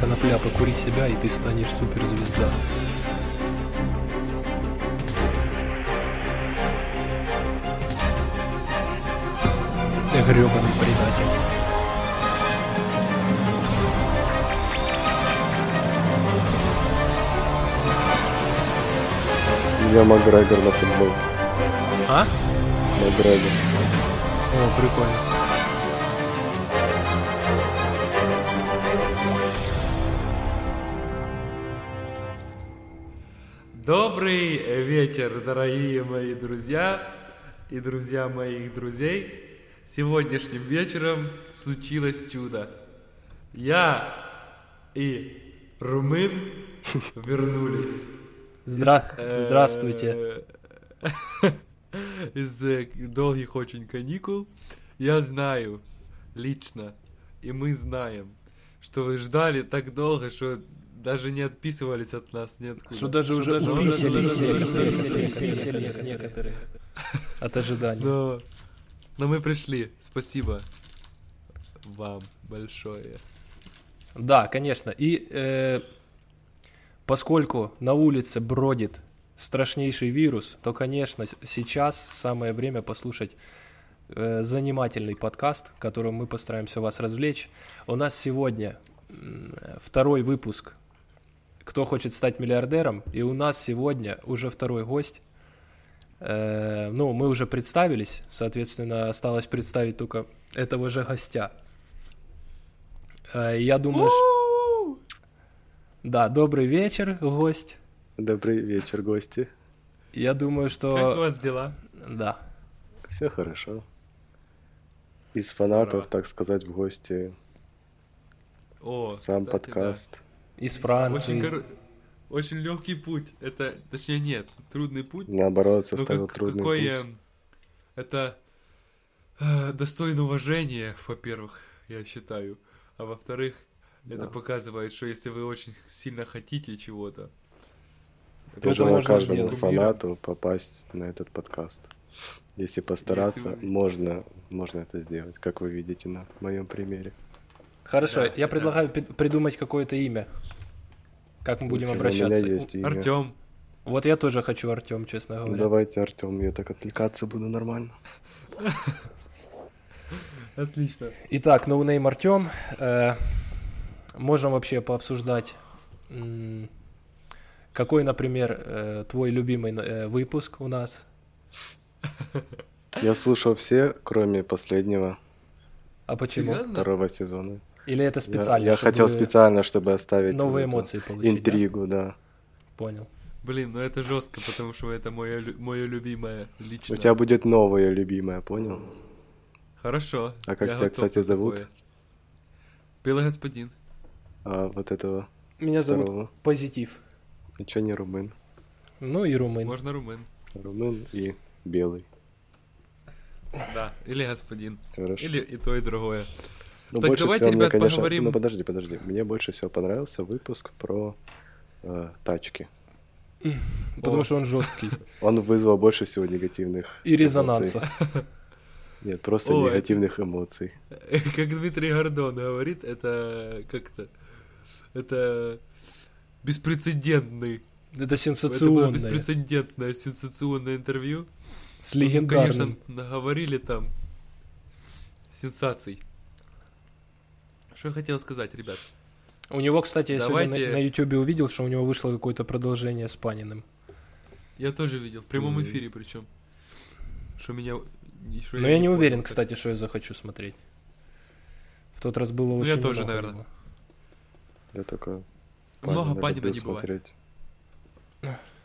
конопля, покури себя, и ты станешь суперзвезда. Ты гребаный предатель. Я Макгрегор на футбол. А? Макгрегор. О, прикольно. Добрый вечер, дорогие мои друзья и друзья моих друзей. Сегодняшним вечером случилось чудо. Я и Румын вернулись. Здра- Из, э, Здравствуйте. Из э, долгих очень каникул. Я знаю лично, и мы знаем, что вы ждали так долго, что даже не отписывались от нас ниоткуда. Что даже уже даже уже- увиселись некоторые. От ожидания. Но, но Ну, мы пришли. Спасибо вам большое. Да, конечно. И э, поскольку на улице бродит страшнейший вирус, то, конечно, с- сейчас самое время послушать э, занимательный подкаст, которым мы постараемся вас развлечь. У нас сегодня м, второй выпуск «Кто хочет стать миллиардером?» и у нас сегодня уже второй гость. Э, ну, мы уже представились, соответственно, осталось представить только этого же гостя. Э, я думаю, ш- да, добрый вечер, гость. Добрый вечер, гости. Я думаю, Как у что... вас дела? Да. Все хорошо. Из фанатов, Здорово. так сказать, в гости. О, Сам кстати, да. подкаст. Из Очень, Франции. коро- очень легкий путь. Это, точнее, нет, трудный путь. Наоборот, Ну, составил как- трудный какой, путь. эм, это э, достойно уважения, во-первых, я считаю. А во-вторых, это Да. показывает, что если вы очень сильно хотите чего-то, Тоже это Желаю можно каждому сделать. фанату попасть на этот подкаст. Если постараться, вы- можно, можно это сделать, как вы видите на моем примере. Хорошо, Да, я да. предлагаю пи- придумать какое-то имя. Как мы будем У меня обращаться? есть имя. Артем, Вот я тоже хочу Артем, честно Ну, говоря. давайте, Артем, я так отвлекаться буду нормально. отлично. Итак, ноунейм Артем. Э, можем вообще пообсуждать, м, какой, например, э, твой любимый э, выпуск у нас. Я слушал все, кроме последнего, А почему? Серьезно? второго сезона. Или это Я- специально? Я, чтобы хотел специально, чтобы оставить Новые эту эмоции получить. да? интригу, да. Понял. Блин, ну это жестко, потому что это мое, лю- мое любимое лично. У тебя будет новое любимое, понял? Хорошо. А как я тебя, готов кстати, на зовут? такое. Белый господин. А вот этого Меня зовут второго. Позитив. Ничего не румын. Ну и румын. Можно румын. Румын и белый. Да, или господин. Хорошо. Или и то, и другое. Ну, Так, больше давайте, всего мне, ребят, конечно... поговорим. Ну, подожди, подожди. Мне больше всего понравился выпуск про э, тачки. Потому О. что он жесткий. Он вызвал больше всего негативных И эмоций. резонанса. Нет, просто О, это- негативных эмоций. Как Дмитрий Гордон говорит, это как-то... Это беспрецедентный. Это Это было сенсационное. беспрецедентное сенсационное интервью. С Ну, Конечно, легендарным. наговорили там сенсаций. Что я хотел сказать, ребят? У него, кстати, я сегодня Давайте- на- на Ютубе увидел, что у него вышло какое-то продолжение с Паниным. Я тоже видел, в прямом Мгм. эфире причем. Что меня... и что Но Ну, я не понял, уверен, как- кстати, что я захочу смотреть. В тот раз было очень Ну, я тоже, много наверное. его. Я только... Много Панина Панина люблю не бывает. смотреть.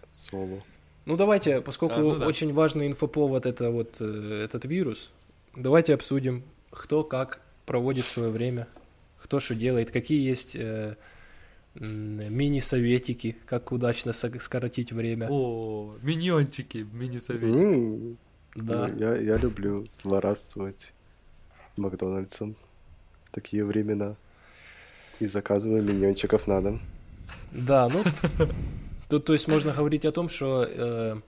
Соло. Ну давайте, поскольку А, ну да. очень важный инфоповод это вот э, этот вирус, давайте обсудим, кто как проводит свое время, кто что делает, какие есть э, м, мини-советики, как удачно со- скоротить время. О, миньончики, мини-совет. М, да. ну, Я, я люблю злорадствовать Макдональдсом в такие времена. И заказываю миньончиков на дом. Да, ну тут, то есть можно говорить о том, что э,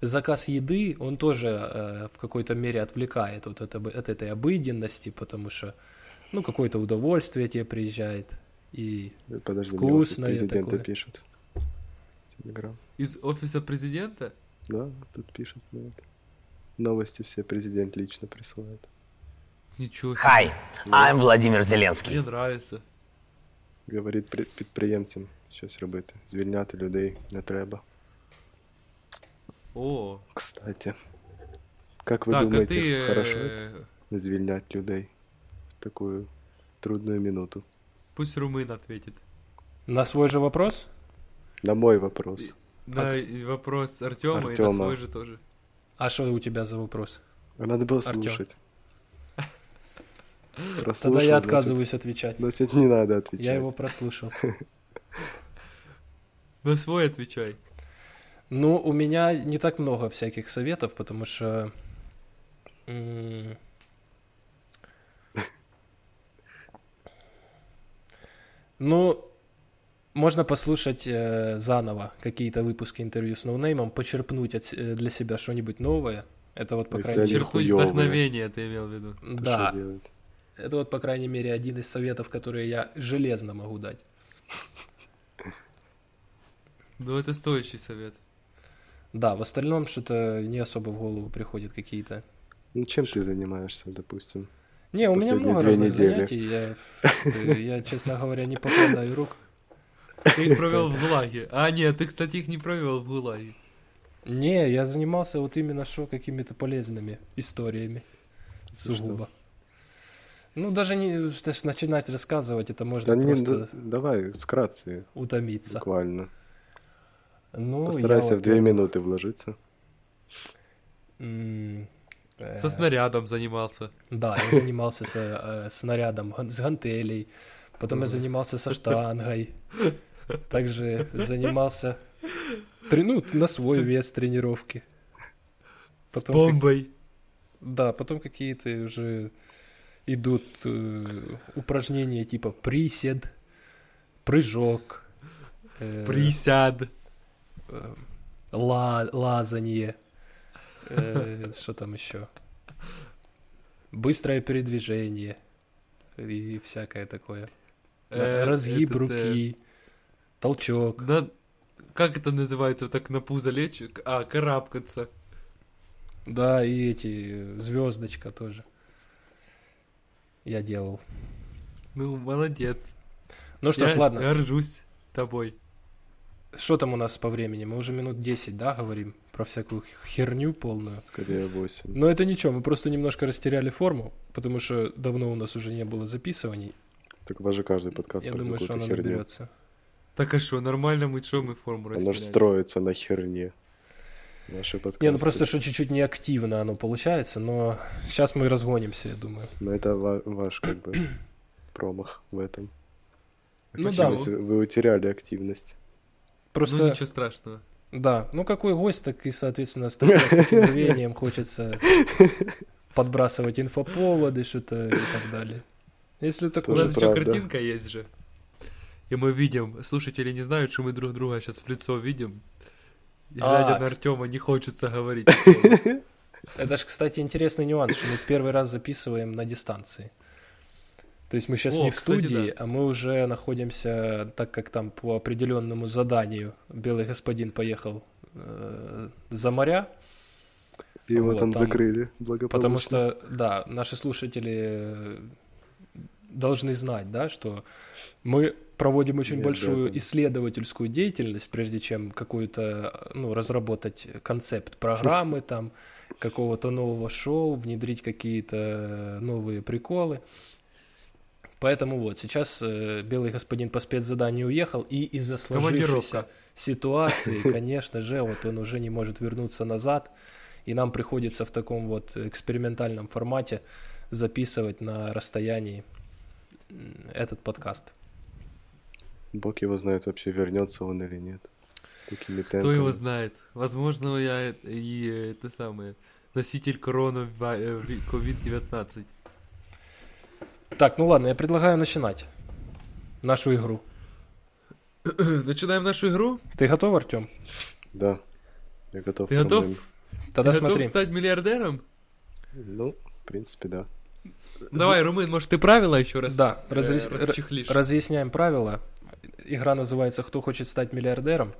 заказ еды, он тоже э, в какой-то мере отвлекает вот от, обы- от этой обыденности, потому что, ну, какое-то удовольствие тебе приезжает, И Подожди, мне офис Вкусное президента такое. пишут. Телеграм. Из офиса президента? Да, тут пишут. ну, это. Новости все президент лично присылает. Ничего себе. Hi, I'm Vladimir Zelensky. Мне нравится. Говорить при- підприємцям щось робити. Звільняти людей не треба. О, Кстати. Как вы так, а думаете, ты... э, хорошо звільнять людей в такую трудную минуту? Пусть Румын ответит. на свой же вопрос? На мой вопрос. Да, и вопрос Артема, и на Артёма. свой же тоже. А что у тебя за вопрос? А Надо было Артём. слушать. Тогда Прослушал, я значит- отказываюсь отвечать. Значит, не надо отвечать. Я его прослушал. На свой отвечай. Ну, у меня не так много всяких советов, потому что... м, Ну, можно послушать э, заново какие-то выпуски интервью с ноунеймом, почерпнуть от с- э, для себя что-нибудь новое. Это вот, по Вы крайней взяли- мере... Черпнуть хуёвые. вдохновение, ты имел в виду. Ты Да, что делать? это вот, по крайней мере, один из советов, которые я железно могу дать. Ну, это стоящий совет. Да, в остальном что-то не особо в голову приходят какие-то. Ну, чем ты занимаешься, допустим? Не, у меня Последние много две разных недели. занятий. Я, э, я, честно говоря, не покладаю рук. Ты их провел в ГУЛАГе. А, нет, ты, кстати, их не провел в ГУЛАГе. Не, я занимался вот именно что какими-то полезными историями. что? Сугубо. Ну, даже не знаешь, начинать рассказывать, это можно Да не, просто да- давай, вкратце, утомиться. буквально. Ну, я Постарайся вот, в две минуты вложиться. м, э, Со снарядом занимался. Да, я занимался с, э, снарядом, ган- с гантелей, потом я занимался со штангой, также занимался тре- ну, на свой С- вес тренировки. с Потом как- бомбой. да, потом какие-то уже идут э, упражнения типа присед, прыжок, э, Присяд. э, ла- лазанье, э, что там еще? Быстрое передвижение и всякое такое. Э, Разгиб этот, э, руки, толчок. на- Как это называется? Вот так на пузо лечь? К- А, карабкаться. Да, и эти звездочка тоже. Я делал. Ну, молодец. Ну что ж, Я ладно. горжусь тобой. Что там у нас по времени? Мы уже минут 10, да, говорим про всякую херню полную. Скорее восемь. Но это ничего, мы просто немножко растеряли форму, потому что давно у нас уже не было записываний. Так у вас же каждый подкаст Я про думаю, что какую-то она херню. наберется. Так а что, нормально мы чё мы Оно форму же растеряли? Ну, строится на херне. Наши подкасты. Не, ну просто что чуть-чуть неактивно оно получается, но сейчас мы разгонимся, я думаю. Но это ва- ваш, как бы, промах в этом. Ну В да, смысле, Вы утеряли активность. Просто, Ну, ничего страшного. да, ну какой гость, так и, соответственно, с таким с таким рвением хочется подбрасывать инфоповоды, что-то и так далее. Если У такое... Тоже нас еще правда. картинка есть же. И мы видим, слушатели не знают, что мы друг друга сейчас в лицо видим. И А. глядя на Артема, не хочется говорить. Это же, кстати, интересный нюанс, что мы первый раз записываем на дистанции. То есть мы сейчас О, не в кстати, студии, а мы уже находимся, так как там по определенному заданию белый господин поехал э, за моря, Его Вот, там там- закрыли благополучно. потому что, да, наши слушатели э, должны знать, да, что мы проводим очень Не большую обязаны. исследовательскую деятельность, прежде чем какую-то, ну, разработать концепт программы там, какого-то нового шоу, внедрить какие-то э, новые приколы. Поэтому вот, сейчас э, белый господин по спецзаданию уехал, и из-за сложившейся Командировка. ситуации, конечно же, вот он уже не может вернуться назад, и нам приходится в таком вот экспериментальном формате записывать на расстоянии м, этот подкаст. Бог его знает, вообще вернется он или нет. Такими Кто темпами. его знает? Возможно, я э- и э, это самое носитель э, корона COVID-19. Так, ну ладно, я предлагаю начинать нашу игру. Начинаем нашу игру. Ты готов, Артем? Да. Я готов. Ты готов? Роман. Тогда Ты готов смотри. стать миллиардером? Ну, в принципе, да. Давай, Румын, может, ты правила еще раз? Да, э, разрез- р- расчехлишь. разъясняем правила. Игра называется «Кто хочет стать миллиардером?».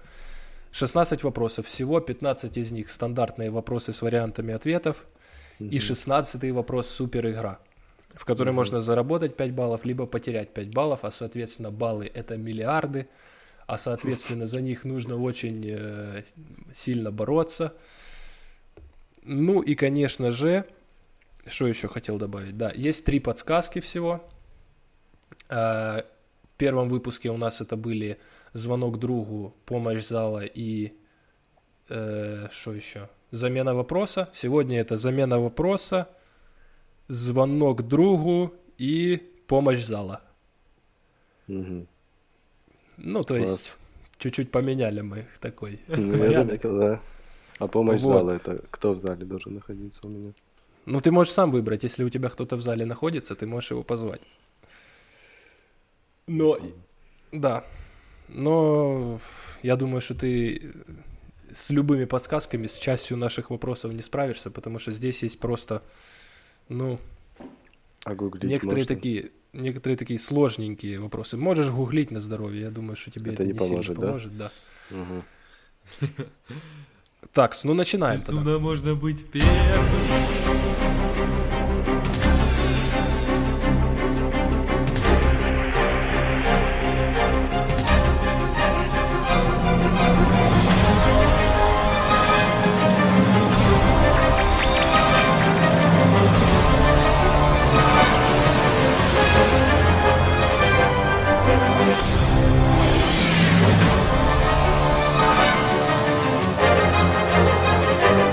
16 вопросов всего, 15 из них стандартные вопросы с вариантами ответов, и 16 вопрос супер игра, в которой можно заработать 5 баллов, либо потерять 5 баллов, а соответственно баллы это миллиарды, а соответственно за них нужно очень э, сильно бороться. Ну и конечно же, что еще хотел добавить? Да, есть три подсказки всего. Э, В первом выпуске у нас это были звонок другу, помощь зала и э, что еще? Замена вопроса. Сегодня это замена вопроса, звонок другу и помощь зала. Мгм. Ну, то есть Класс. чуть-чуть поменяли мы их такой. Ну, Я порядок. заметил, да. А помощь Вот. зала это кто в зале должен находиться у меня? Ну, ты можешь сам выбрать, если у тебя кто-то в зале находится, ты можешь его позвать. Но, да, но я думаю, что ты с любыми подсказками, с частью наших вопросов не справишься, потому что здесь есть просто, ну, А гуглить некоторые можно? такие, некоторые такие сложненькие вопросы. Можешь гуглить на здоровье, я думаю, что тебе это, Это не сильно поможет, да? поможет, да. Мгм. Так, ну начинаем тогда. Безумно можно быть первым.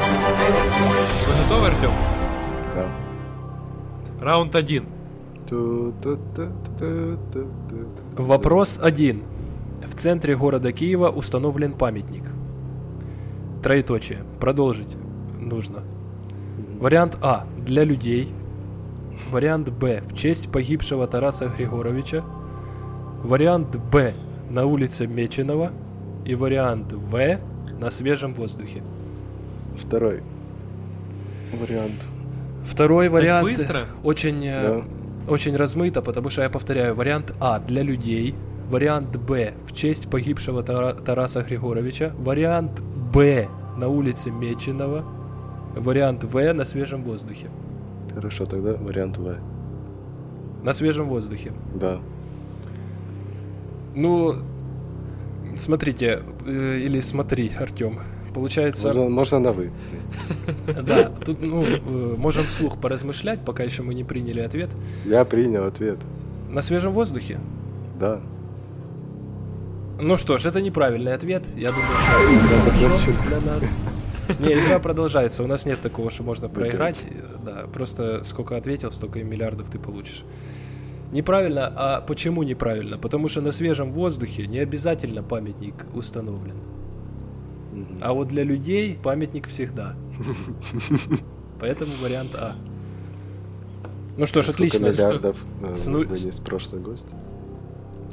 Вы готовы, Артем? Да. Раунд один. Ту-ту-ту-ту-ту-ту-ту. Вопрос 1. В центре города Киева установлен памятник. Троеточие. Продолжить нужно. Вариант А. Для людей. Вариант Б. В честь погибшего Тараса Григоровича. Вариант Б. На улице Меченого. И вариант В. На свежем воздухе. Второй вариант. Второй вариант быстро? очень, э, очень размыто, потому что я повторяю, вариант А для людей, вариант Б в честь погибшего Тара- Тараса Григоровича, вариант Б на улице Меченого, вариант В на свежем воздухе. Хорошо, тогда вариант В. На свежем воздухе. Да. Ну, смотрите, э, или смотри, Артем. Получается, Можно, можно на вы. да, тут ну, э, можем вслух поразмышлять, пока еще мы не приняли ответ. Я принял ответ. На свежем воздухе? Да. Ну что ж, это неправильный ответ. Я думаю, что это хорошо для нас. Не, игра продолжается. У нас нет такого, что можно проиграть. Да, просто сколько ответил, столько и миллиардов ты получишь. Неправильно, а почему неправильно? Потому что на свежем воздухе не обязательно памятник установлен. Мгм. А вот для людей памятник всегда. Поэтому вариант А. Ну что ж, Сколько отлично. миллиардов э, С нуль- вынес прошлый гость?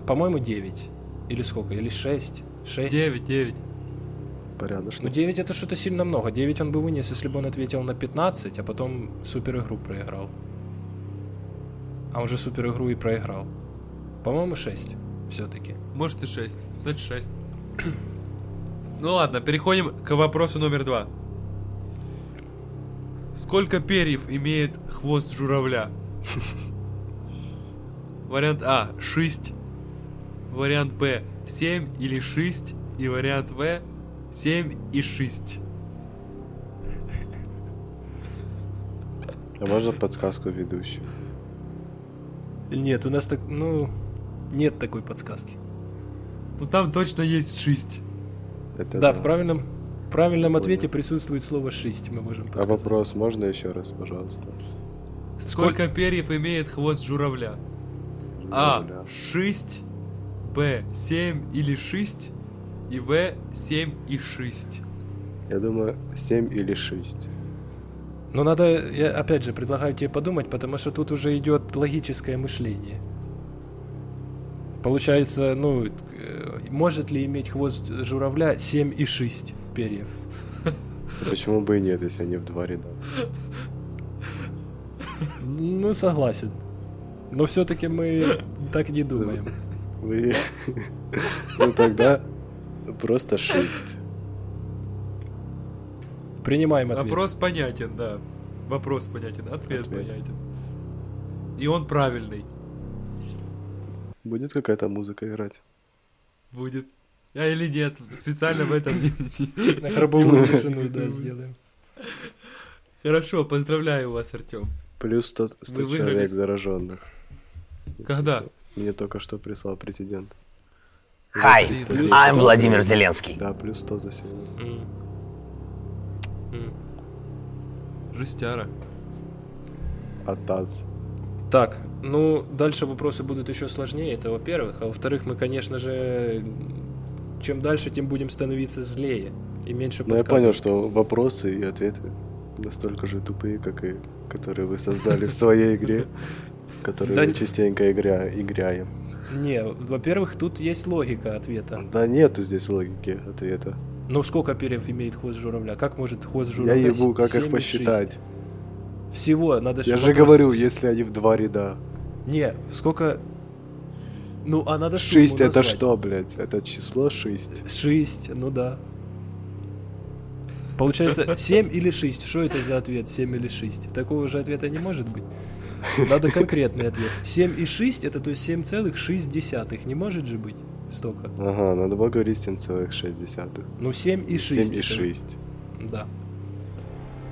По-моему, 9. Или сколько? Или 6? 6? Девять, девять. Ну, Порядочно. 9 это что-то сильно много. 9 он бы вынес, если бы он ответил на 15, а потом супер игру проиграл. А уже супер игру и проиграл. По-моему, 6 все-таки. Может и 6. Значит 6. Ну ладно, переходим к вопросу номер два. Сколько перьев имеет хвост журавля? Вариант А 6. Вариант Б 7 или 6. И вариант В 7 и 6. А можно подсказку ведущего? Нет, у нас так, ну, нет такой подсказки. Ну там точно есть 6. Это Да, в правильном, в правильном Понял. ответе присутствует слово 6, мы можем А подсказать. вопрос можно еще раз, пожалуйста? Сколько перьев имеет хвост журавля? А Журавля. 6, А, Б 7 или 6, и В 7 и 6. Я думаю, 7 или 6. Но надо, я опять же предлагаю тебе подумать, потому что тут уже идет логическое мышление. Получается, ну, э, может ли иметь хвост журавля 7 и 6 перьев? Почему бы и нет, если они в два ряда? Ну, согласен. Но все-таки мы так не думаем. Вы... Ну тогда просто 6. Принимаем ответ. Вопрос понятен, да. Вопрос понятен, ответ, Ответ. понятен. И он правильный Будет какая-то музыка играть? будет. А или нет, специально в этом. не- На гробовую тишину, да, сделаем. Хорошо, поздравляю вас, Артем. Плюс 100, 100 Вы выиграли человек с- зараженных. Когда? Мне только что прислал президент. Hi, Привет. I'm Владимир Зеленский. Да, плюс 100 за сегодня. М. М. Жестяра. А ТАЗ? Так, ну дальше вопросы будут еще сложнее, это во-первых. А во-вторых, мы, конечно же, чем дальше, тем будем становиться злее и меньше Ну я понял, подсказок. что вопросы и ответы настолько же тупые, как и которые вы создали в своей игре. Которые Да вы не- частенько игря... играем. Не, во-первых, тут есть логика ответа. Да нету здесь логики ответа. Ну сколько перьев имеет хвост журавля? Как может хвост Я журавля... ебу, с- как их 76? посчитать. Всего надо... Я чтобы же вопрос- говорю, если они в два ряда. Не, сколько... Ну, а надо сумму 6 это назвать. что, блядь? Это число 6. Шесть, ну да. Получается, 7 или 6. Что это за ответ? 7 или 6? Такого же ответа не может быть. Надо конкретный ответ. 7 и 6 это то есть 7,6. Не может же быть столько. Ага, надо было говорить 7,6. Ну 7 и 6. 7 и 6. Да.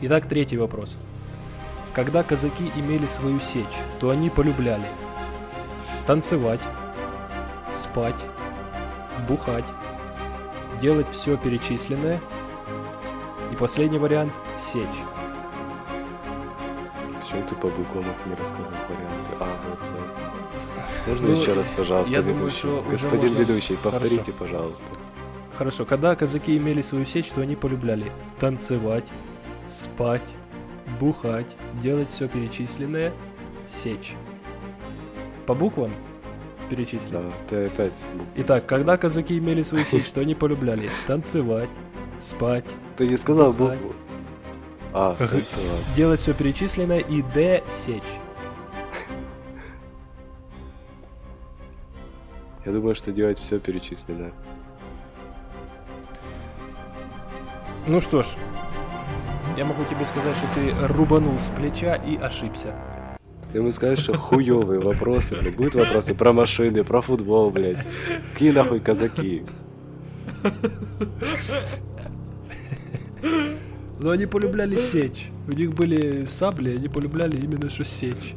Итак, третий вопрос. Когда казаки имели свою сечь, то они полюбляли танцевать, спать, бухать, делать все перечисленное и последний вариант – сечь. Почему ты по буквам их не рассказал варианты? А, вот всё. Можно Ну, еще раз, пожалуйста, я думаю, ведущий? что уже Господин можно- ведущий, повторите, Хорошо. пожалуйста. Хорошо, когда казаки имели свою сечь, то они полюбляли танцевать, спать, бухать, делать все перечисленное, сечь. По буквам перечислим? Да, ты опять буквы. Итак, когда казаки имели свою сеть, что они полюбляли? Танцевать, спать, Ты не сказал Давай. букву. А, танцевать. делать все перечисленное и Д сечь. Я думаю, что делать все перечисленное. Ну что ж, я могу тебе сказать, что ты рубанул с плеча и ошибся. Ему скажешь, что хуёвые вопросы, блядь. Будут вопросы про машины, про футбол, блядь. Какие нахуй казаки? Но они полюбляли сечь. У них были сабли, они полюбляли именно что сечь.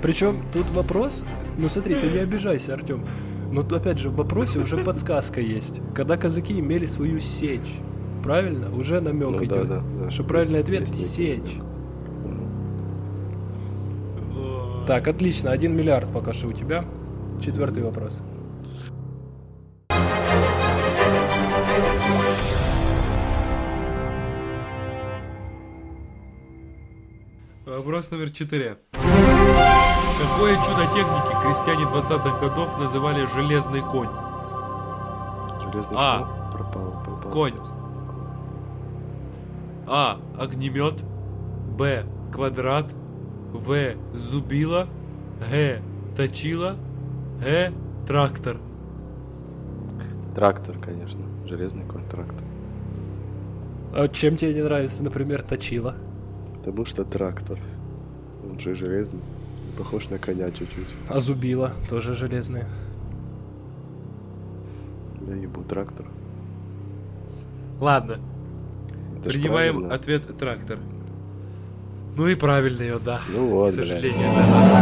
Причем тут вопрос, ну смотри, ты не обижайся, Артем, но тут, опять же в вопросе уже подсказка есть. Когда казаки имели свою сечь, правильно? Уже намек Ну идет. да, да, да. Что правильный Есть- ответ есть некий сечь. О, Так, отлично, 1 миллиард пока что у тебя. Четвертый вопрос. Вопрос номер четыре. Какое чудо техники крестьяне 20-х годов называли «железный конь»? Железный А. что? Пропал, пропал. Конь. А. Огнемет. Б. Квадрат. В. Зубила. Г. Точила. Г. Трактор. Трактор, конечно. Железный конь, трактор. А вот чем тебе не нравится, например, точила? Потому что трактор. Он же железный. Похож на коня чуть-чуть. А зубила тоже железные. Да ебу трактор. Ладно, Это ж принимаем правильно. ответ «трактор». Ну и правильно ее, да. Ну вот, К блядь. сожалению для нас.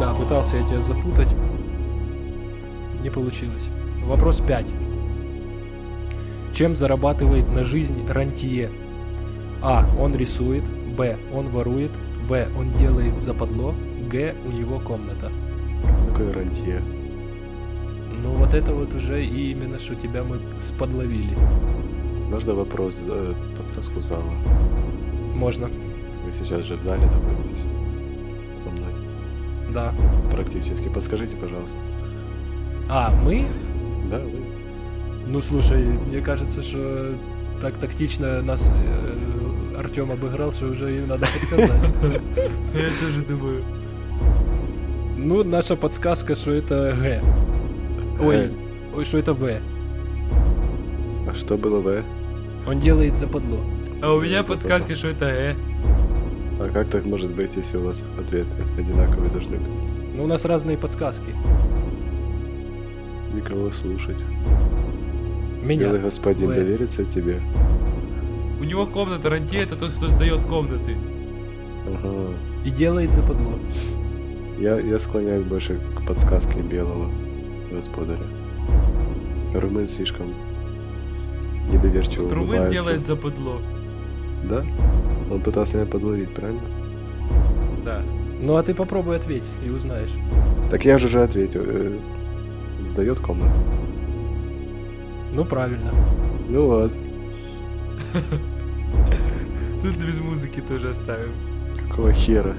Да, пытался я тебя запутать. Не получилось. Вопрос 5. Чем зарабатывает на жизнь рантье? А. Он рисует. Б. Он ворует. В. Он делает западло. Г. У него комната. Какой рантье? Ну вот это вот уже и именно что тебя мы сподловили. Можно вопрос, э, подсказку зала? Можно. Вы сейчас же в зале находитесь. Со мной. Да. Практически. Подскажите, пожалуйста. А, мы? Да, вы. Ну слушай, мне кажется, что так тактично нас э, Артем обыгрался, уже им надо подсказать. Я тоже думаю. Ну, наша подсказка, что это Г. Ой, ой, что это В. А что было В? Он делает западло. А у меня Вот это подсказка, что это Э. А как так может быть, если у вас ответы одинаковые должны быть? Ну, у нас разные подсказки. Никого слушать. Белый Меня. господин В. доверится тебе. У него комната, Ранти это тот, кто сдает комнаты. Ага. И делает западло. Я, я склоняюсь больше к подсказке белого господаря. Румын слишком недоверчиво Трумын улыбается. делает западло. Да? Он пытался меня подловить, правильно? Да. Ну, а ты попробуй ответь и узнаешь. Так я же же ответил. э, сдает комнату. Ну, правильно. Ну вот. Тут без музыки тоже оставим. Какого хера?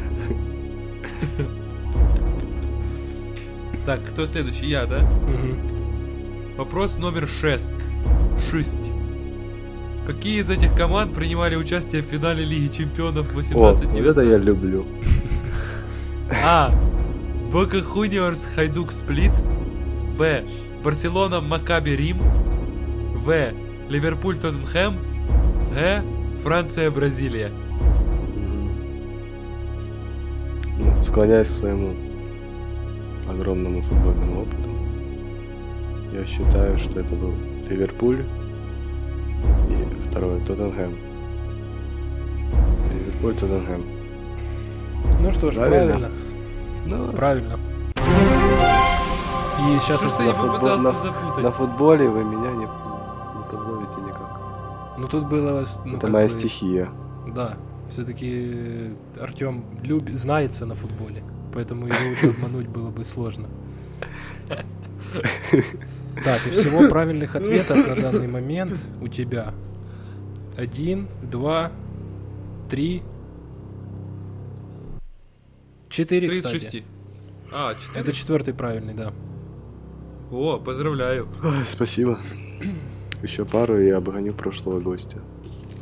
Так, кто следующий? Я, да? Мгм. Вопрос номер шесть. Шесть. Какие из этих команд принимали участие в финале Лиги Чемпионов О, вот 18 это я люблю. А. Бока Хуниорс Хайдук Сплит. Б. Барселона Макаби Рим. В. Ливерпуль Тоттенхэм. Г. Франция Бразилия. Мгм. Ну, Склоняясь к своему огромному футбольному опыту, я считаю, что это был Ливерпуль и второе Тоттенхэм. Ливерпуль, Тоттенхэм. Ну что ж, Правильно. правильно. Ну, вот. Правильно. И сейчас... Что ж ты на не футбол- попытался на- запутать? на футболе вы меня не, не подловите никак. Ну, тут было... ну, это как моя бы- стихия. Да, все-таки Артем любит, знается на футболе, поэтому его уже обмануть было бы сложно. Так, и всего правильных ответов на данный момент у тебя один, два, три, четыре, кстати. 36. А, Это 4. четвертый правильный, да. О, поздравляю. Ой, спасибо. Еще пару и я обгоню прошлого гостя.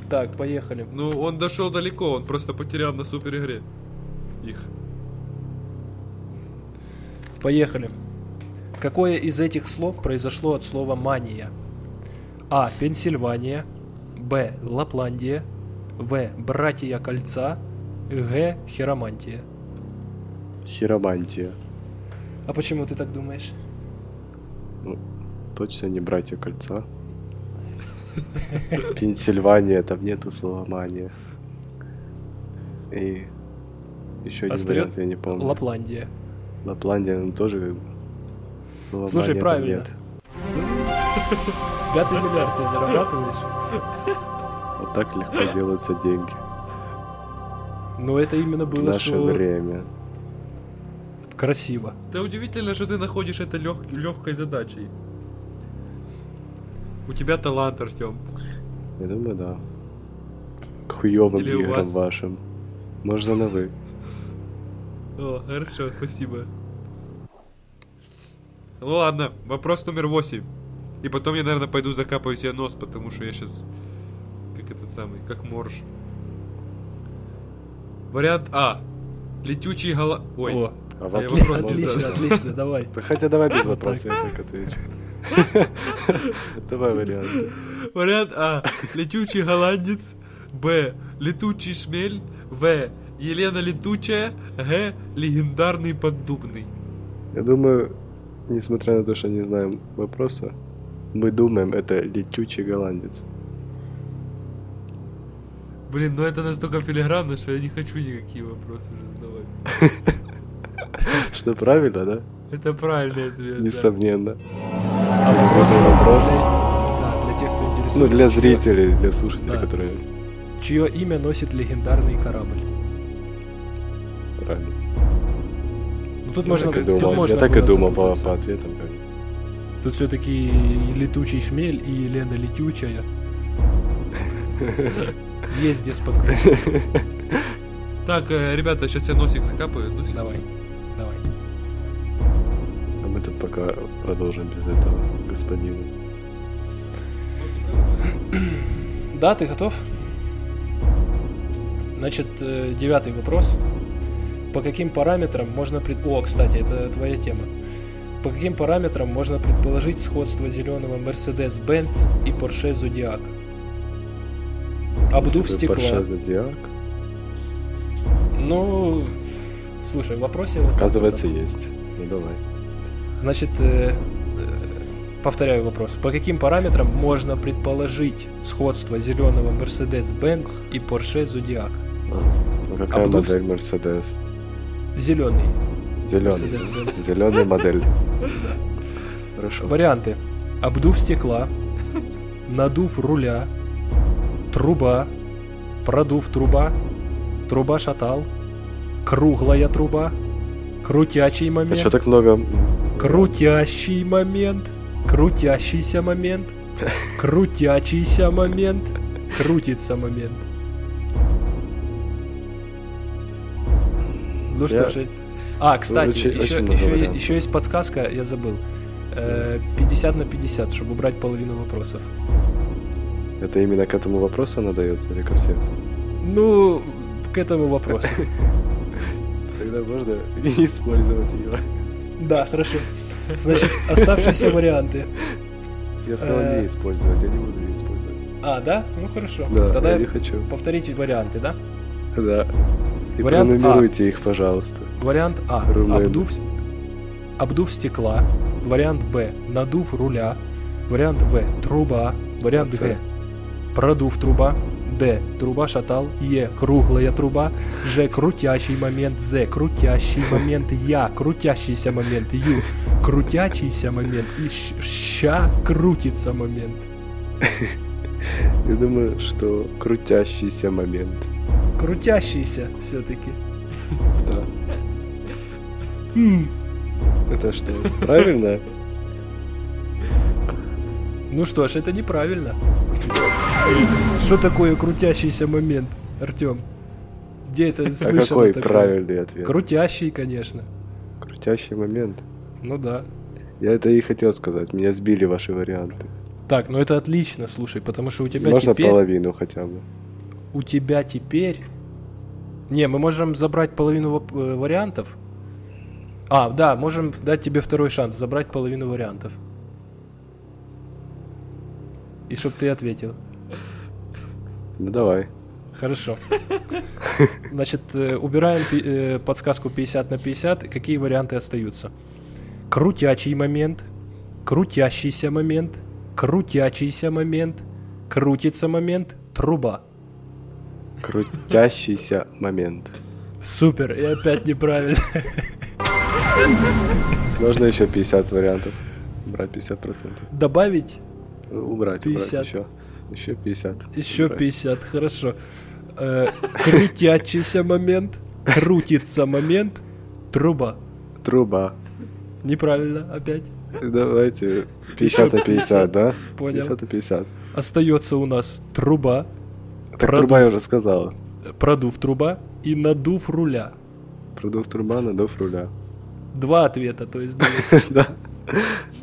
Так, поехали. Ну, он дошел далеко, он просто потерял на супер игре. Их. Поехали. Какое из этих слов произошло от слова мания? А. Пенсильвания. Б. Лапландия. В. Братья кольца. Г. Хиромантия. Хиромантия. А почему ты так думаешь? Точно не братья кольца. Пенсильвания, там нету слова мания. И еще один Остаёт вариант, я не помню. Лапландия. Лапландия, ну тоже как бы слова Слушай, мания правильно. там нет. Пятый миллиард ты зарабатываешь? Вот так легко делаются деньги. Но это именно Ну, В было, наше что время. красиво. Да удивительно, что ты находишь это легкой задачей. У тебя талант, Артем. Я думаю, да. К хуёвым Или у играм вас? вашим. Можно на вы. О, хорошо, спасибо. Ну ладно, вопрос номер восемь. И потом я, наверное, пойду закапаю себе нос, потому что я сейчас как этот самый, как морж. Вариант А. Летючий гола... Ой. О, А я вопрос вопрос можно не отлично, задал. задать? отлично, давай. Да хотя давай без вопроса, я так отвечу. Давай варианты. Вариант А. Летючий голландец. Б. Летучий шмель. В. Елена Летучая. Г. Легендарный поддубный. Я думаю, несмотря на то, что не знаем вопроса, мы думаем, это летючий голландец. Блин, ну это настолько филигранно, что я не хочу никакие вопросы уже задавать. Что правильно, да? Это правильный ответ. да. Несомненно. Ну, А Это вопрос. Да, для тех, кто интересуется. Ну, для чьё- зрителей, для слушателей, Да. которые... Чье имя носит легендарный корабль? Правильно. Ну тут Я можно, Я так и тут думал, можно я так и было думал по запутаться. по ответам. как бы. Тут все-таки летучий шмель и Елена летючая. Есть здесь подкрутить. Так, э, ребята, сейчас я носик закапаю. Ну, всё. Давай. Давай. А мы тут пока продолжим без этого господина. Да, ты готов? Значит, э, девятый вопрос. По каким параметрам можно пред... О, кстати, это твоя тема. По каким параметрам можно предположить сходство зеленого Mercedes-Benz и Porsche Zodiac? Обдув Если стекла. бы Porsche Zodiac, Ну, слушай, в вопросе... вот так оказывается, вот. есть. Ну давай. Значит, э, э, повторяю вопрос. По каким параметрам можно предположить сходство зеленого Mercedes-Benz и Porsche Zodiac? Ну какая Обдув- модель Mercedes? Зеленый. Зеленый. Mercedes-Benz. Зеленая модель. Хорошо. Варианты. Обдув стекла, надув руля, труба, продув труба, труба шатал, круглая труба, крутячий А момент, что так много? крутящий момент, крутящийся момент, крутячийся момент, крутится момент. Ну Я- что ж, а, кстати, очень- еще, очень много еще е- вариантов. еще есть подсказка, я забыл. Э, 50 на 50, чтобы убрать половину вопросов. Это именно к этому вопросу она дается или ко всем? Ну, к этому вопросу. Тогда можно не использовать ее. Да, хорошо. Значит, оставшиеся варианты. Я сказал Э. не использовать, я не буду ее использовать. А, да? Ну хорошо. Да, Тогда я не хочу. повторите варианты, да? Да. И Вариант А. пронумеруйте их, пожалуйста. Вариант А. Рулем. Обдув, с- обдув стекла. Вариант Б. Надув руля. Вариант В. Труба. Вариант Ц. Г. Продув труба. Д. Труба шатал. Е. Круглая труба. Ж. Крутящий момент. З. Крутящий момент. Я. Крутящийся момент. Ю. Крутящийся момент. И щ- ща крутится момент. Я думаю, что крутящийся момент. Крутящийся все-таки. Да. Это что, правильно? Ну что ж, это неправильно. Что такое крутящийся момент, Артем? Где это А слышал? какой правильный ответ? Крутящий, конечно. Крутящий момент. Ну да. Я это и хотел сказать. Меня сбили ваши варианты. Так, ну это отлично, слушай, потому что у тебя Можно теперь... половину хотя бы. У тебя теперь... Не, мы можем забрать половину воп- э, вариантов. А, да, можем дать тебе второй шанс, забрать половину вариантов. И чтоб ты ответил. Ну давай. Хорошо. Значит, э, убираем пи- э, подсказку 50 на 50. Какие варианты остаются? Крутячий момент, крутящийся момент, крутячийся момент, крутится момент, труба. Крутящийся момент. Супер, и опять неправильно. Можно еще 50 вариантов. Брать 50%. Добавить Ну, Убрать, 50. убрать еще. Еще 50. еще Убрать. 50, хорошо. Э, Крутящийся момент, крутится момент, труба. Труба. Неправильно опять. Давайте 50 на 50, да? Понял. 50 на 50. Так Остается у нас труба, труба я Продукт. уже сказал. продув труба и надув руля. Продукт труба, надув руля. Два ответа, то есть да. Да.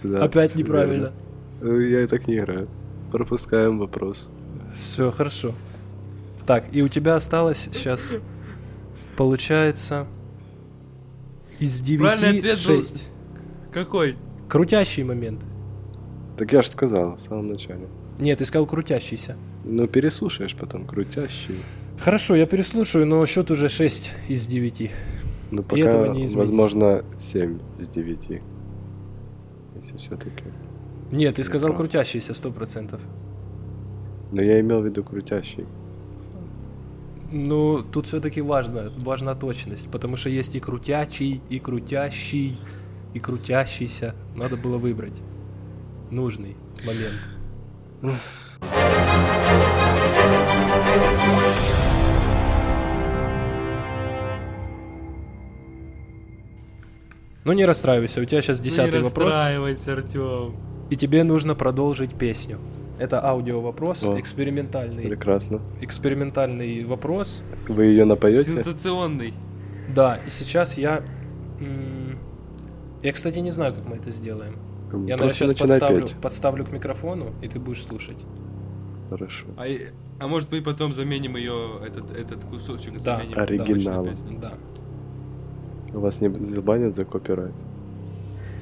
Да, опять неправильно. верно. Ну, Я и так не играю. Пропускаем вопрос. Все, хорошо. Так, и у тебя осталось сейчас, получается, из Правильный девяти ответ был- шесть. Какой? Крутящий момент. Так я же сказал в самом начале. Нет, искал крутящийся. Ну, переслушаешь потом, крутящий. Хорошо, я переслушаю, но счет уже 6 из 9. Ну, этого пока, не изменить. возможно, 7 из 9. Если все-таки. Нет, ты сказал Неправда. крутящийся, 100%. Но я имел в виду крутящий. Ну, тут все-таки важно, важна точность, потому что есть и крутячий, и крутящий, и крутящийся. Надо было выбрать нужный момент. Ну не расстраивайся, у тебя сейчас ну, десятый не вопрос, расстраивайся, Артем. и тебе нужно продолжить песню. Это аудио вопрос, О. экспериментальный, Прекрасно. экспериментальный вопрос. Вы ее напоете? Сенсационный. Да, и сейчас я... м, Я, кстати, не знаю, как мы это сделаем. Я, наверное, Просто сейчас начинай подставлю, петь. подставлю к микрофону, и ты будешь слушать. Хорошо. А, я- А может быть потом заменим ее, этот, этот кусочек Да. заменим. Оригиналом. на обычную песню. Да. Вас не забанят за копирайт?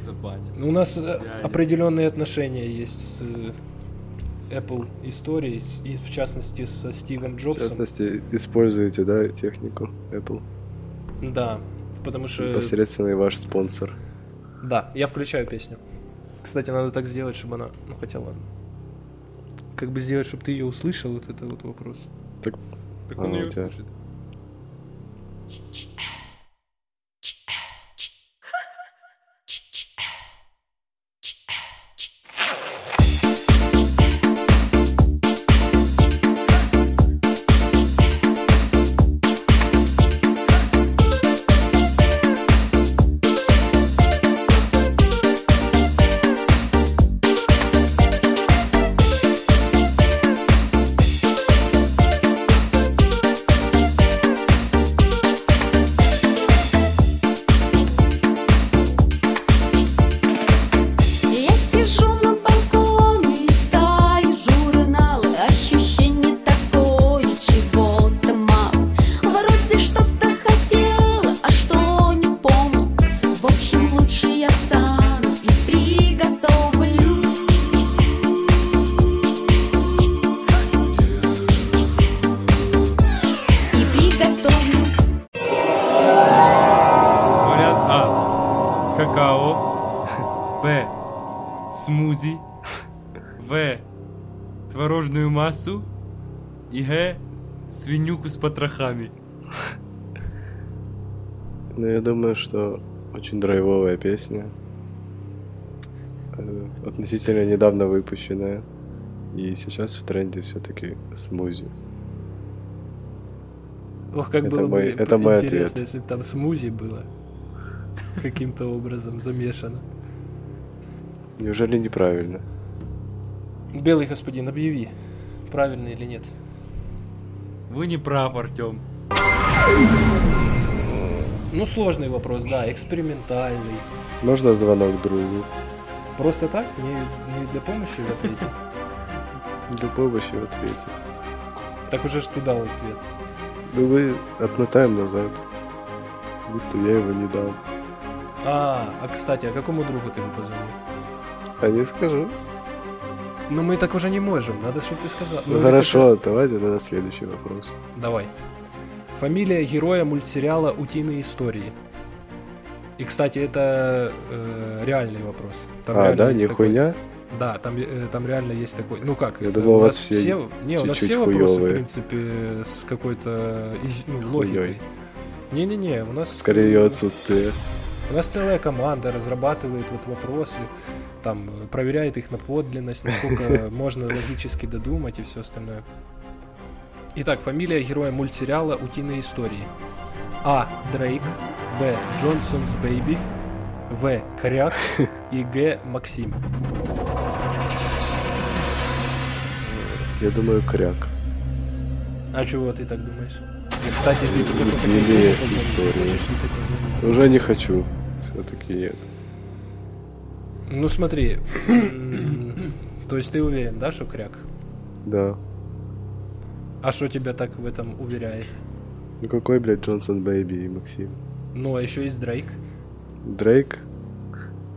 Забанят. Ну, У нас э, Идеально. определенные отношения есть с э, Apple историей, с- и в частности со Стивом В Джобсом. частности, используете, да, технику Apple? Да, потому что... Непосредственно и ваш спонсор. Да, я включаю песню. Кстати, надо так сделать, чтобы она... Ну, хотя ладно. Как бы сделать, чтобы ты ее услышал, вот это вот вопрос. Так А, он у ее тебя. слушает. Я сижу на балконе, листаю журналы, ощущение такое, чего-то мало. Вроде что-то хотела, а что не помню. В общем, лучше я встану и приготовлю. И приготовлю. Говорят, а. Какао. Б. Смузи. В. Творожную массу. И Г. Свинюку с потрохами. Ну, я думаю, что очень драйвовая песня. Э, Относительно недавно выпущенная. И сейчас в тренде все-таки смузи. Ох, как Это было мой- бы это мой интересно, ответ. если бы там смузи было каким-то образом замешано. Неужели неправильно? Белый господин, объяви, правильно или нет. Вы не прав, Артем. Ну, сложный вопрос, да, экспериментальный. Можно звонок другу? Просто так? Не, не для помощи в ответе? Для помощи в ответе. Так уже ж ты дал ответ. Ну вы отмотаем назад. Будто я его не дал. А, а кстати, а какому другу ты бы позвонил? А не скажу. Ну мы так уже не можем, надо, чтобы ты сказал. Ну или хорошо, давайте тогда следующий вопрос. как- Давай. Фамилия героя мультсериала «Утиные истории». И, кстати, это э, реальный вопрос. Там а, реально да, есть не такой. хуйня? Да, там, э, там реально есть такой. Ну как? Я это думал, у вас нас все Не, у нас чуть-чуть все вопросы, хуёвые. в принципе, с какой-то из- ну, логикой. Хуёй. Не-не-не, у нас... Скорее ее отсутствие. У нас целая команда разрабатывает вот вопросы, там, э, проверяет их на подлинность, насколько можно логически додумать и все остальное. Итак, фамилия героя мультсериала «Утиные истории». А. Дрейк. Б. Джонсонс Бэйби. В. Коряк. И Г. Максим. Я думаю, кряк. А чего ты так думаешь? И, Кстати, ты только Утиные что хотел мне позвонить. истории. Можешь ли ты позвонить? Уже не хочу. Все-таки нет. Ну смотри, м, то есть ты уверен, да, что кряк? Да. А что тебя так в этом уверяет? Ну какой, блядь, Джонсон Бэйби и Максим? Ну, а еще есть Дрейк. Дрейк?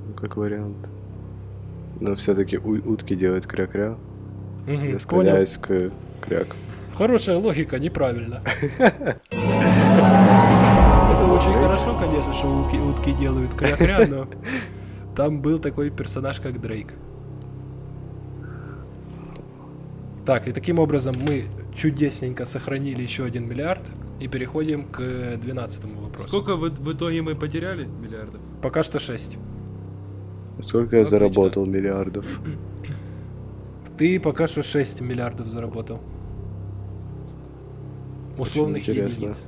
Ну как вариант. Но все-таки утки делают кря-кря. Мгм, Я понял. склоняюсь к кряк. Хорошая логика, неправильно. Это очень хорошо, конечно, что утки, утки делают кря-кря, но там был такой персонаж, как Дрейк. Так, и таким образом мы чудесненько сохранили еще один миллиард и переходим к двенадцатому вопросу. Сколько в, в итоге мы потеряли миллиардов? Пока что 6. Сколько я Отлично. заработал миллиардов? Ты пока что 6 миллиардов заработал. Условных интересно. единиц.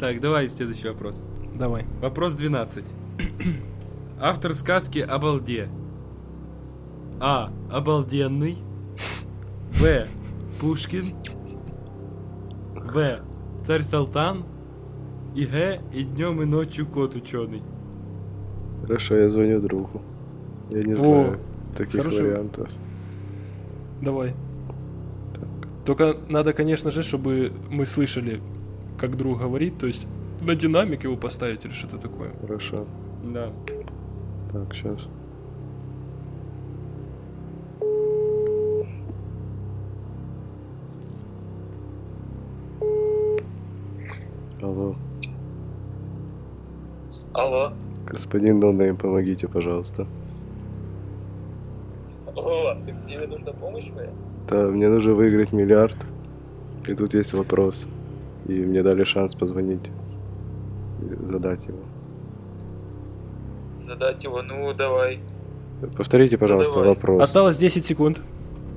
Так, давай следующий вопрос. Давай. Вопрос 12. Автор сказки «Обалде». А. Обалденный. Б. Пушкин. В. Царь Салтан. И Г. И днем и ночью кот ученый. Хорошо, я звоню другу. Я не О, знаю таких хороший вариантов. Давай. Только надо, конечно же, чтобы мы слышали, как друг говорит, то есть на динамик его поставить или что-то такое. Хорошо. Да. Так, сейчас. Алло. Алло. Господин Нонейм, помогите, пожалуйста. О, ты, тебе нужна помощь моя? Да, мне нужно выиграть миллиард. И тут есть вопрос. И мне дали шанс позвонить. и задать его. Задать его, ну давай. Повторите, пожалуйста, Задавай. вопрос. Осталось 10 секунд.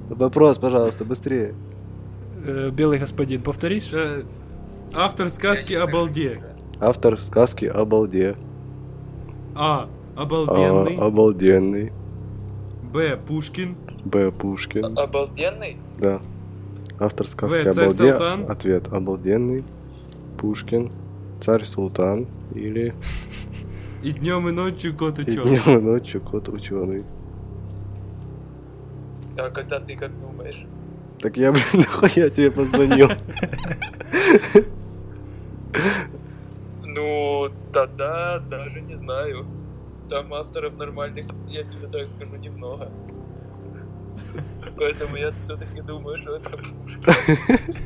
Вопрос, пожалуйста, быстрее. Э, белый господин, повторишь? Э, Автор сказки Я не слышу «Обалде». тебя. Автор сказки «Обалде». А. А, Обалденный. обалденный. Б. Пушкин. Б. Пушкин. А- Обалденный? Да. Автор сказки В. Царь «Обалде». Султан. Ответ «Обалденный». Пушкин. Царь Султан. Или И днем, и ночью кот и «И чё. днем и ночью кот ученый». А когда ты как думаешь? Так я, блин, нахуя тебе позвонил? Ну, тогда даже не знаю. Там авторов нормальных, я тебе так скажу, немного. Поэтому я все-таки думаю, что это Пушкин.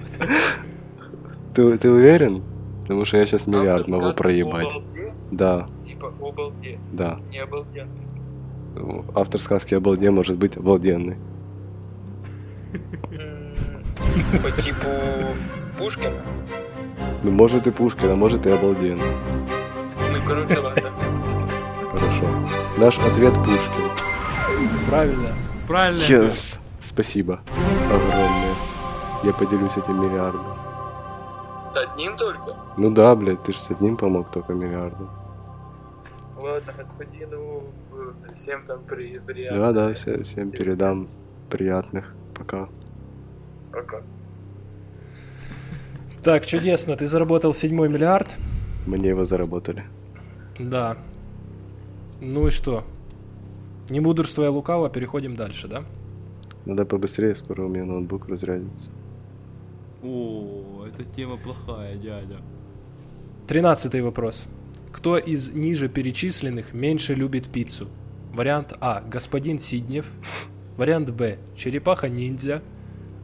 Ты, ты уверен? Потому что Ну, я сейчас миллиард Автор могу сказки проебать. «Обалде», Да, Типа обалде, да. не обалденный. Автор сказки «Обалде» может быть «Обалденный». М, По типу Пушкина? Ну, может и Пушкин, а может и «Обалденный». Ну, короче, ладно. Хорошо. Наш ответ Пушкин. Правильно. Правильно. Yes. Спасибо. Огромное. Я поделюсь этим миллиардом. Одним только? Ну да, блядь, ты же с одним помог только миллиардом. Ладно, господину, э, всем там при- приятно. Да, да, все- всем передам. Приятных. Пока. Пока. Так, чудесно, ты заработал седьмой миллиард. Мне его заработали. Да. Ну и что? Не мудрствуя лукаво, переходим дальше, да? Надо побыстрее, скоро у меня ноутбук разрядится. О, эта тема плохая, дядя. Ну, Тринадцатый вопрос. Кто из ниже перечисленных меньше любит пиццу? Вариант А. Господин Сиднев. Вариант Б. Черепаха-ниндзя.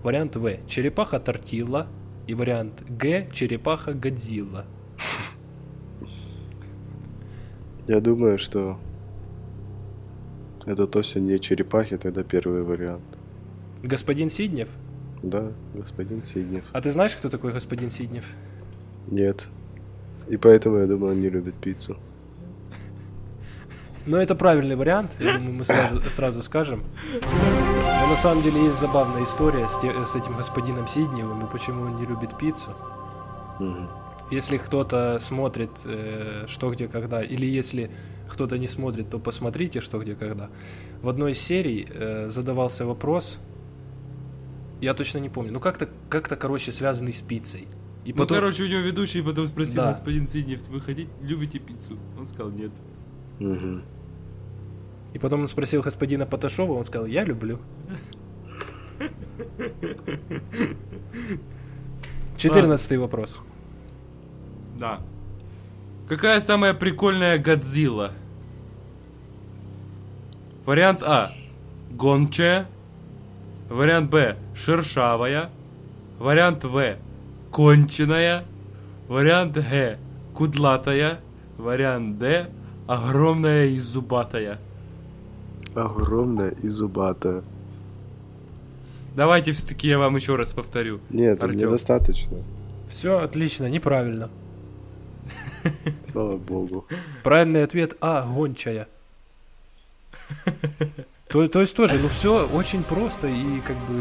Вариант В. Черепаха-тортилла. И вариант Г. Черепаха-годзилла. Я думаю, что это точно не черепахи, тогда первый вариант. Господин Сиднев? Да, господин Сиднев. А ты знаешь, кто такой господин Сиднев? Нет. И поэтому, я думаю, он не любит пиццу. Ну, это правильный вариант, я думаю, мы сразу, сразу скажем. Но на самом деле есть забавная история с, те- с этим господином Сидневым и почему он не любит пиццу. Мгм. Если кто-то смотрит э, «Что, где, когда», или если кто-то не смотрит, то посмотрите «Что, где, когда». В одной из серий э, задавался вопрос, я точно не помню, ну как-то, как-то короче, связанный с пиццей. И Ну, потом, короче, у него ведущий потом спросил, Да. господин Сиднев, вы хотите, любите пиццу? Он сказал, нет. Мгм. и потом он спросил господина Поташова, он сказал «Я люблю». Четырнадцатый вопрос. Да. Какая самая прикольная Годзилла? Вариант А. Гончая. Вариант Б. Шершавая. Вариант В. Конченая. Вариант Г. Кудлатая. Вариант Д. Огромная и зубатая. Огромная и зубатая. Давайте все-таки я вам еще раз повторю. Нет, Артём. недостаточно. Все отлично, неправильно. Слава богу. Правильный ответ А. Гончая. То, то есть тоже, ну все очень просто и как бы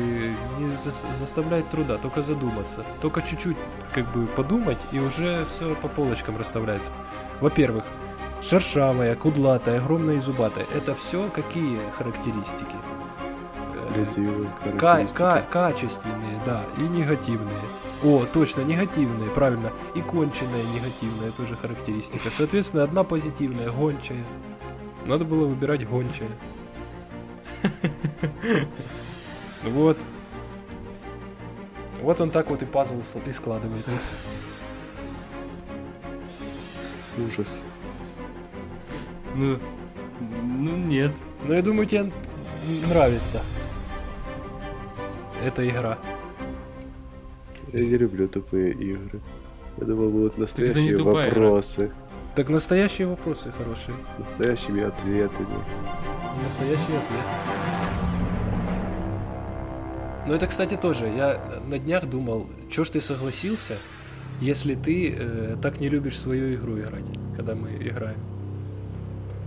не зас- заставляет труда, только задуматься. Только чуть-чуть как бы подумать и уже все по полочкам расставляется. Во-первых, шершавая, кудлатая, огромная и зубатая. Это все какие характеристики? Э, Годзиллы, Ка- характеристики. ка- качественные, да, и негативные. О, точно, негативные, правильно. И конченая негативная тоже характеристика. Соответственно, одна позитивная, гончая. Надо было выбирать гончая. Вот. Вот он так вот и пазл сл- и складывается. Ужас. Ну, ну нет. Но я думаю, тебе н- нравится эта игра. Я не люблю тупые игры. Я думал, Ну, будут настоящие тупая игра. вопросы. Так настоящие вопросы хорошие. С настоящими ответами. Настоящий ответ. Ну это, кстати, тоже. Я на днях думал, чё ж ты согласился, если ты э, так не любишь свою игру играть, когда мы играем.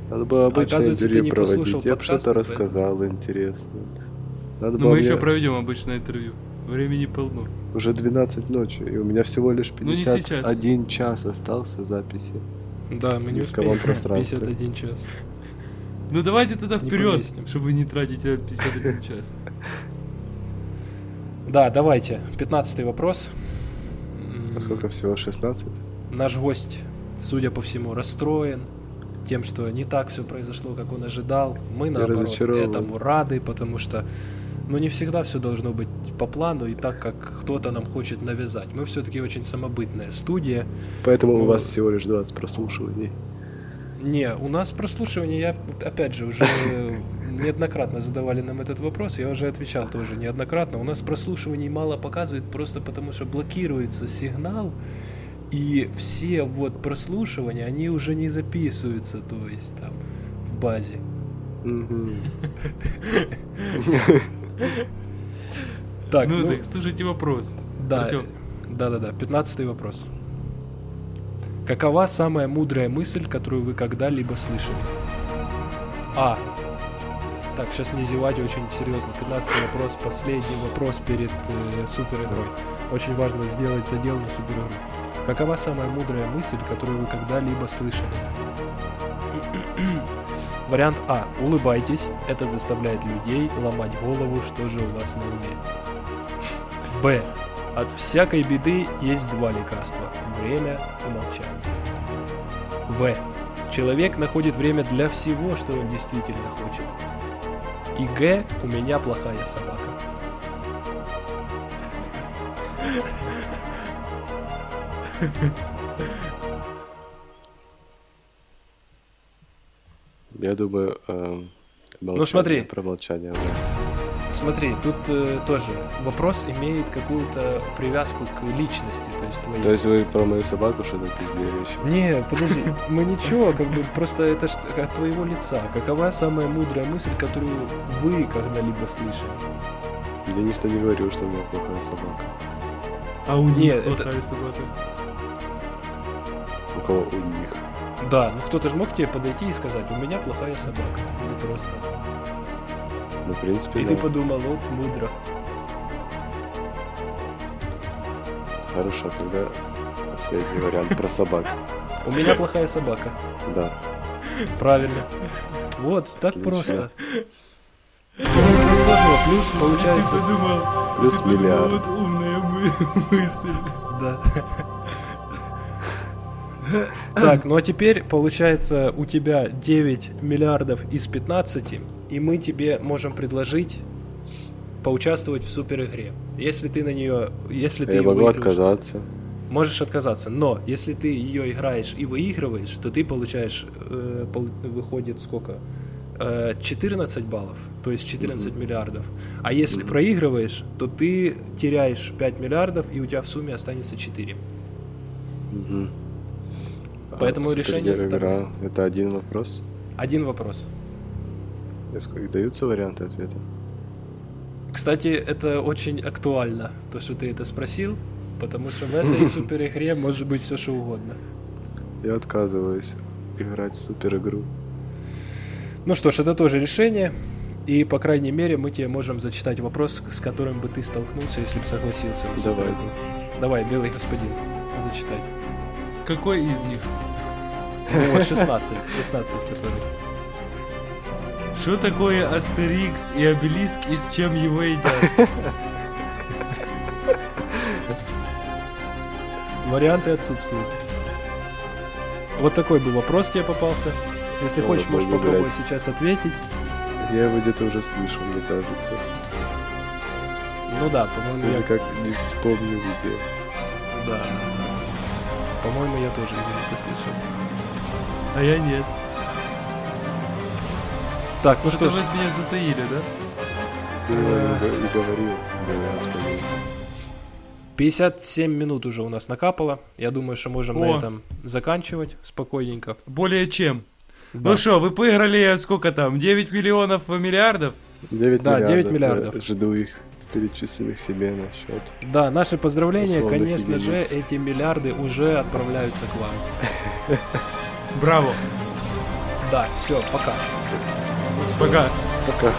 Надо было обычное оказывается, ты интервью не послушал проводить. Я бы подкаст, поэтому- что-то рассказал интересно. Надо Ну, было мы мне- еще проведем обычное интервью. Времени полно. Уже 12 ночи, и у меня всего лишь Ну, не сейчас. 51 час остался записи. Да, мы не В узковом успеем. пространстве. 51 час. Ну давайте тогда Не вперед, поместим. чтобы не тратить этот 51 час. Да, давайте. 15 вопрос. М, А сколько всего? 16? Наш гость, судя по всему, расстроен тем, что не так все произошло, как он ожидал. Мы, наоборот, разочарован. этому рады, потому что ну, не всегда все должно быть по плану и так, как кто-то нам хочет навязать. Мы все-таки очень самобытная студия. Поэтому Ну, у вас всего лишь 20 прослушиваний. Не, у нас прослушивание, я, опять же, уже э, неоднократно задавали нам этот вопрос, я уже отвечал тоже неоднократно. У нас прослушиваний мало показывает просто потому, что блокируется сигнал, и все вот прослушивания, они уже не записываются, то есть там в базе. Мгм. Так, Ну ну, так, слушайте вопрос. да, Артём. да-да-да, пятнадцатый вопрос. Какова самая мудрая мысль, которую вы когда-либо слышали? А. Так, сейчас не зевать, очень серьезно. 15 вопрос, последний вопрос перед э, суперигрой. Очень важно сделать задел на суперигру. Какова самая мудрая мысль, которую вы когда-либо слышали? Вариант А. Улыбайтесь. Это заставляет людей ломать голову, что же у вас на уме. Б. От всякой беды есть два лекарства. Время и молчание. В. Человек находит время для всего, что он действительно хочет. И Г. У меня плохая собака. Я думаю, эм, Ну, смотри. молчание Про молчание. да. Смотри, тут э, тоже вопрос имеет какую-то привязку к личности, то есть твоей. То есть вы про мою собаку что-то пиздели еще? Не, подожди, мы ничего, как бы просто это ж от твоего лица. Какова самая мудрая мысль, которую вы когда-либо слышали? Мне никто не говорил, что у меня плохая собака. А у них Нет, это- плохая собака. У кого у них? Да, ну кто-то же мог к тебе подойти и сказать, у меня плохая собака. Ну просто. Ну, в принципе, И да. ты подумал, вот мудро. Хорошо, тогда последний вариант про собак. У меня плохая собака. Да. Правильно. Вот, так Отлично. просто. Ну, Ничего сложного, плюс Ты получается. подумал, ты Плюс подумал, миллиард. вот умная мы- мысль. Да. Так, ну а теперь получается у тебя 9 миллиардов из 15, и мы тебе можем предложить поучаствовать в супер игре. Если ты на нее, если ты Я её могу выигрываешь- отказаться. можешь отказаться, но если ты ее играешь и выигрываешь, то ты получаешь, э, пол- выходит сколько? Э, 14 баллов, то есть 14 миллиардов. А если проигрываешь, то ты теряешь 5 миллиардов, и у тебя в сумме останется 4. Мгм. А Поэтому супергерои решение за тобой. игра — это один вопрос. Один вопрос. И ск- и Даются варианты ответа? Кстати, это очень актуально, то, что ты это спросил, потому что в этой супер игре может быть все что угодно. Я отказываюсь играть в супер игру. Ну что ж, это тоже решение. И, по крайней мере, мы тебе можем зачитать вопрос, с которым бы ты столкнулся, если бы согласился. на Давайте. суперигру. Давай, белый господин, зачитай. Какой из них? Ну, вот 16, 16, который. Что такое Астерикс и Обелиск и с чем его едят? Варианты отсутствуют. Вот такой бы вопрос тебе попался. Если Надо хочешь, можешь было попробовать выбирать. сейчас ответить. Я его где-то уже слышал, мне кажется. Ну да, по-моему, я... Сегодня как не вспомню где. Да. По-моему, я тоже где-то слышал. А я нет. Так, ну Что-то что ж, вы меня затаили, да? Ну, я не не говорил, но я вспомнил. 57 минут уже у нас накапало. Я думаю, что можем на О. этом заканчивать спокойненько. Более чем. Да. Ну что, вы поиграли сколько там? 9 миллионов миллиардов? 9 Да, 9 миллиардов. миллиардов. Я Жду их, перечислю их себе на счет. Да, наши поздравления, Условных конечно же, единиц. эти миллиарды уже отправляются к вам. Браво. Да, все, пока. Пока. Пока.